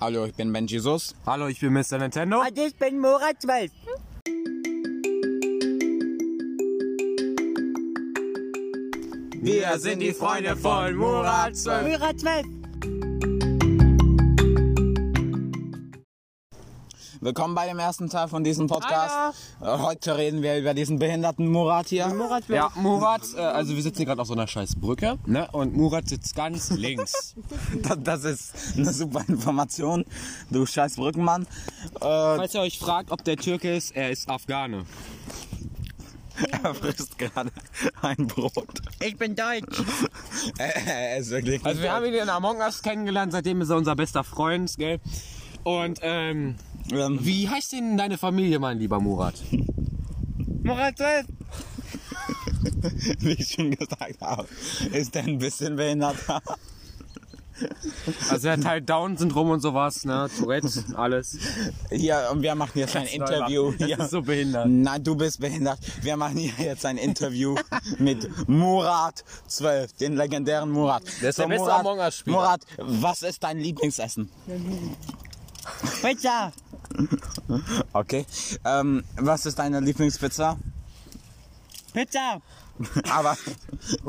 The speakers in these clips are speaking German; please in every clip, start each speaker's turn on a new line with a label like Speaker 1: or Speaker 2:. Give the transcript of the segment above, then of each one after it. Speaker 1: Hallo, ich bin Ben Jesus.
Speaker 2: Hallo, ich bin Mr. Nintendo.
Speaker 3: Und Also ich bin Murat 12.
Speaker 2: Wir sind die Freunde von Murat 12.
Speaker 3: Murat 12.
Speaker 1: Willkommen bei dem ersten Teil von diesem Podcast. Äh, Heute reden wir über diesen behinderten Murat hier.
Speaker 3: Murat 12.
Speaker 2: Ja, Murat, äh, also wir sitzen hier gerade auf so einer scheiß Brücke, ne? Und Murat sitzt ganz links.
Speaker 1: Das, das ist eine super Information, du scheiß Brückenmann. Äh,
Speaker 2: Falls ihr euch fragt, ob der Türke ist, er ist Afghane.
Speaker 1: er frisst gerade ein Brot.
Speaker 3: Ich bin Deutsch.
Speaker 1: Er, Äh, er ist wirklich
Speaker 2: Also wir haben ihn in Among Us kennengelernt, seitdem ist er unser bester Freund, gell? Und ähm,
Speaker 1: ähm,
Speaker 2: wie heißt denn deine Familie, mein lieber Murat?
Speaker 3: Murat 12.
Speaker 1: wie ich schon gesagt habe, ist er ein bisschen behinderter.
Speaker 2: Also er hat halt Down-Syndrom und sowas, ne? Tourette, alles.
Speaker 1: Hier, und wir machen jetzt ein Interview.
Speaker 2: Das
Speaker 1: hier.
Speaker 2: ist so behindert.
Speaker 1: Nein, du bist behindert. Wir machen hier jetzt ein Interview mit Murat 12, den legendären Murat.
Speaker 2: Der ist der beste Among Us-Spieler.
Speaker 1: Murat, was ist dein Lieblingsessen?
Speaker 3: Pizza.
Speaker 1: Okay. Ähm, was ist deine Lieblingspizza?
Speaker 3: Pizza.
Speaker 1: Aber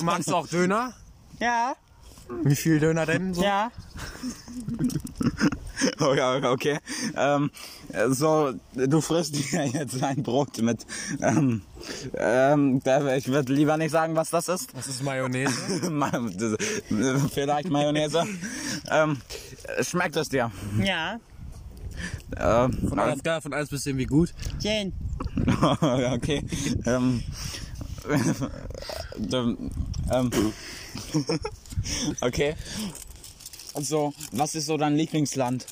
Speaker 2: Magst du auch Döner?
Speaker 3: Ja.
Speaker 2: Wie viel Döner denn so?
Speaker 3: Ja.
Speaker 1: okay, oh okay. Ähm, so, du frisst dir jetzt ein Brot mit. Ähm, ähm, da- ich würde lieber nicht sagen, was das ist.
Speaker 2: Das ist Mayonnaise.
Speaker 1: Vielleicht Mayonnaise. ähm, schmeckt es dir?
Speaker 3: Ja.
Speaker 1: Ähm,
Speaker 2: Von einer Skala von 1 bis 10 wie gut.
Speaker 3: 10.
Speaker 1: okay. Ähm, ähm, ähm, okay. So, was ist so dein Lieblingsland?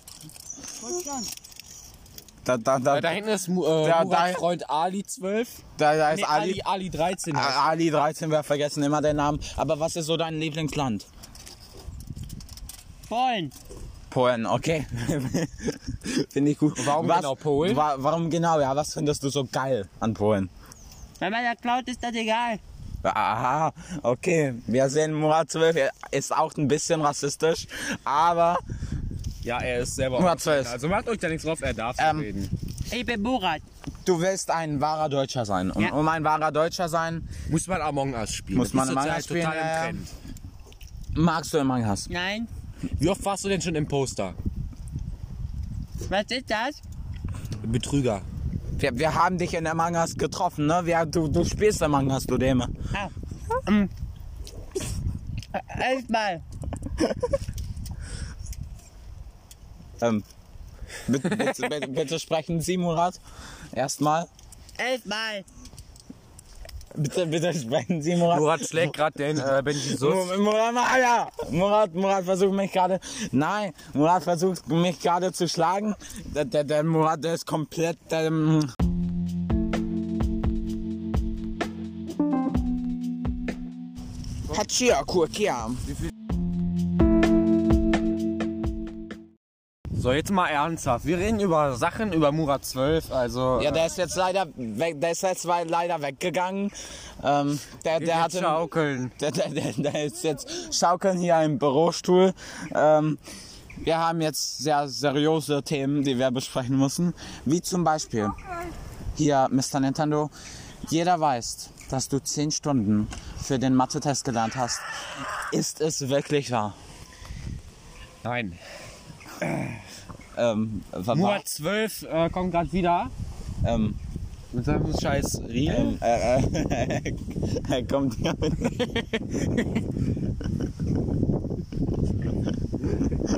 Speaker 1: Da, da, da,
Speaker 2: Ja, da
Speaker 1: da,
Speaker 2: hinten ist Mu- äh,
Speaker 1: Ja,
Speaker 2: Murats
Speaker 1: da-
Speaker 2: Freund Ali 12.
Speaker 1: da ist
Speaker 2: Nee,
Speaker 1: Ali.
Speaker 2: Ali, Ah, Ali 13. heißt
Speaker 1: A- Ali 13, wir vergessen immer den Namen. Aber was ist so dein Lieblingsland?
Speaker 3: Polen.
Speaker 1: Polen, okay. Finde ich gut.
Speaker 2: Warum
Speaker 1: was,
Speaker 2: genau Polen?
Speaker 1: Wa warum genau, ja? Was findest du so geil an Polen?
Speaker 3: Wenn man da klaut, ist das egal.
Speaker 1: Aha, okay. Wir sehen, Murat 12 er ist auch ein bisschen rassistisch, aber
Speaker 2: er. Ja, er ist selber
Speaker 1: Murat 12.
Speaker 2: Also macht euch da nichts drauf, er darf so
Speaker 1: Ähm,
Speaker 2: reden.
Speaker 3: Ich bin Murat.
Speaker 1: Du willst ein wahrer Deutscher sein. Und
Speaker 3: Ja.
Speaker 1: um ein wahrer Deutscher sein,
Speaker 2: Muss man Among Us spielen.
Speaker 1: Muss
Speaker 2: Das
Speaker 1: man
Speaker 2: ist
Speaker 1: Among
Speaker 2: zurzeit
Speaker 1: Us spielen,
Speaker 2: total im
Speaker 1: ja, ja.
Speaker 2: Trend.
Speaker 1: magst du immer Hass.
Speaker 3: Nein.
Speaker 2: Wie oft warst du denn schon im Poster?
Speaker 3: Was ist das?
Speaker 2: Betrüger.
Speaker 1: Wir, wir haben dich in Among Us getroffen, ne? Wir, du, du spielst Among Us, du Däme.
Speaker 3: Ah. Mm. Elfmal.
Speaker 1: Ähm, bitte, bitte, bitte, bitte sprechen Sie, Murat. Erstmal.
Speaker 3: Elfmal.
Speaker 1: Bitte, bitte sprechen Sie, Murat.
Speaker 2: Murat schlägt gerade den äh, Benji Sus.
Speaker 1: Mu- Murat, mach, Alter! Murat, Murat versucht mich gerade. Nein, Murat versucht mich gerade zu schlagen. Der, der, der Murat, der ist komplett. Ähm, Hatschia, Kurkia.
Speaker 2: So, jetzt mal ernsthaft. Wir reden über Sachen, über Murat 12, also...
Speaker 1: Ja,
Speaker 2: äh,
Speaker 1: der ist jetzt leider weg, der ist jetzt wei- leider weggegangen. Ähm, der,
Speaker 2: wir
Speaker 1: der hatte.
Speaker 2: Schaukeln.
Speaker 1: Der, der, der, der ist jetzt schaukeln hier im Bürostuhl. Ähm, wir haben jetzt sehr seriöse Themen, die wir besprechen müssen. Wie zum Beispiel hier, Mr. Nintendo. Jeder weiß, dass du 10 Stunden für den Mathe-Test gelernt hast. Ist es wirklich wahr?
Speaker 2: Nein.
Speaker 1: Ähm, wa- wa-
Speaker 2: Also- Murat 12 äh, kommt gerade wieder
Speaker 1: ähm,
Speaker 2: mit seinem scheiß Riel.
Speaker 1: ähm, äh, äh, er kommt hier mit.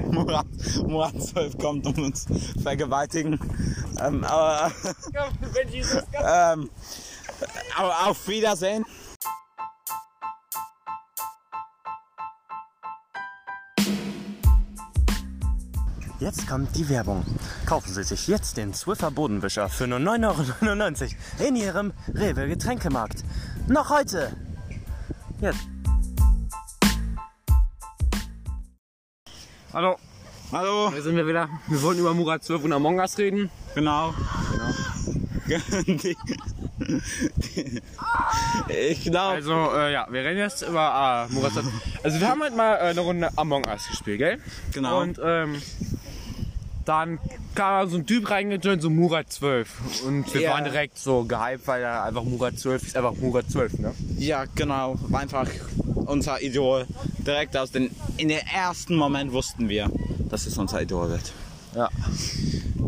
Speaker 1: Murat, Murat 12 kommt, um uns vergewaltigen. Ähm, aber, ähm, au- auf Wiedersehen.
Speaker 4: Jetzt kommt die Werbung. Kaufen Sie sich jetzt den Swiffer Bodenwischer für nur 9,99 Euro in Ihrem Rewe Getränkemarkt. Noch heute! Jetzt.
Speaker 2: Hallo,
Speaker 1: Hallo.
Speaker 2: da sind wir wieder. Wir wollten über Murat 12 und Among Us reden.
Speaker 1: Genau. die, die, ich glaube.
Speaker 2: Also, äh, ja, wir reden jetzt über äh, Murat 12. Also, wir haben halt mal äh, eine Runde Among Us gespielt, gell?
Speaker 1: Genau.
Speaker 2: Und ähm, Dann kam so ein Typ reingetönt, so Murat 12. Und wir
Speaker 1: Ja.
Speaker 2: waren direkt so gehypt, weil er einfach Murat 12 ist, einfach Murat 12, ne?
Speaker 1: Ja, genau. War Einfach unser Idol. Direkt aus den. In den ersten Moment wussten wir, dass es unser Idol wird.
Speaker 2: Ja.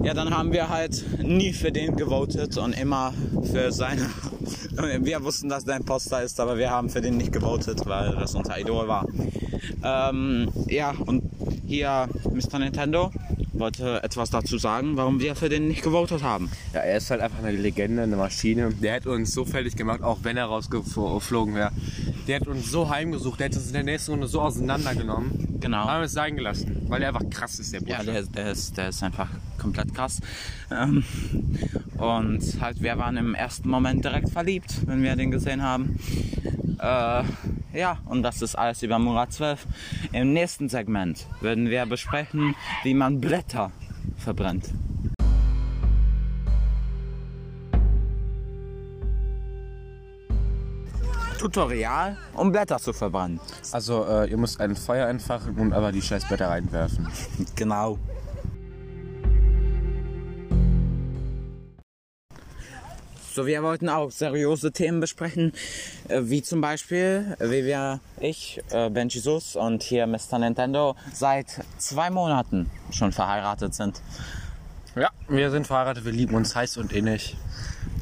Speaker 1: Ja, dann haben wir halt nie für den gewotet und immer für seine. Wir wussten, dass dein Poster ist, aber wir haben für den nicht gewotet, weil das unser Idol war. Ähm, ja, und hier Mr. Nintendo wollte etwas dazu sagen, warum wir für den nicht gewotet haben.
Speaker 2: Ja, er ist halt einfach eine Legende, eine Maschine. Der hätte uns so fertig gemacht, auch wenn er rausgeflogen wäre. Der hätte uns so heimgesucht, der hätte uns in der nächsten Runde so auseinandergenommen.
Speaker 1: Genau.
Speaker 2: Haben wir es sein gelassen, weil er einfach krass ist, der Bursche.
Speaker 1: Ja, der, der, ist, der ist einfach komplett krass. Ähm, und halt, wir waren im ersten Moment direkt verliebt, wenn wir den gesehen haben. Äh, ja, und das ist alles über Murat 12. Im nächsten Segment werden wir besprechen, wie man Blätter verbrennt. Tutorial, um Blätter zu verbrennen.
Speaker 2: Also, äh, ihr müsst ein Feuer entfachen und aber die Scheißblätter reinwerfen.
Speaker 1: Genau. So, wir wollten auch seriöse Themen besprechen, äh, wie zum Beispiel, äh, wie wir, ich, äh, Benji Sus und hier Mr. Nintendo seit zwei Monaten schon verheiratet sind.
Speaker 2: Ja, wir sind verheiratet, wir lieben uns heiß und innig.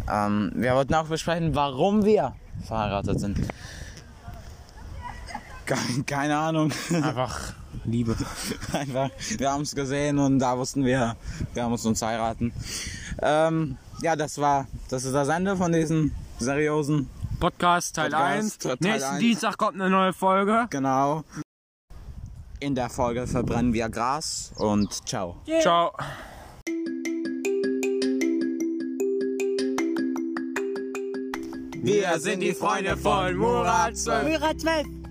Speaker 1: Ähm, wir wollten auch besprechen, warum wir verheiratet sind. Keine, keine Ahnung.
Speaker 2: Einfach Liebe.
Speaker 1: Einfach, wir haben es gesehen und da wussten wir, wir haben uns uns heiraten. Ähm, ja, das war, das ist das Ende von diesem seriosen,
Speaker 2: Podcast Teil
Speaker 1: Podcast,
Speaker 2: 1.
Speaker 1: Teil
Speaker 2: Nächsten
Speaker 1: eins.
Speaker 2: Dienstag kommt eine neue Folge.
Speaker 1: genau. In der Folge verbrennen wir Gras und ciao.
Speaker 2: Ciao.
Speaker 1: Wir sind die Freunde von Murat 12.
Speaker 3: Murat 12.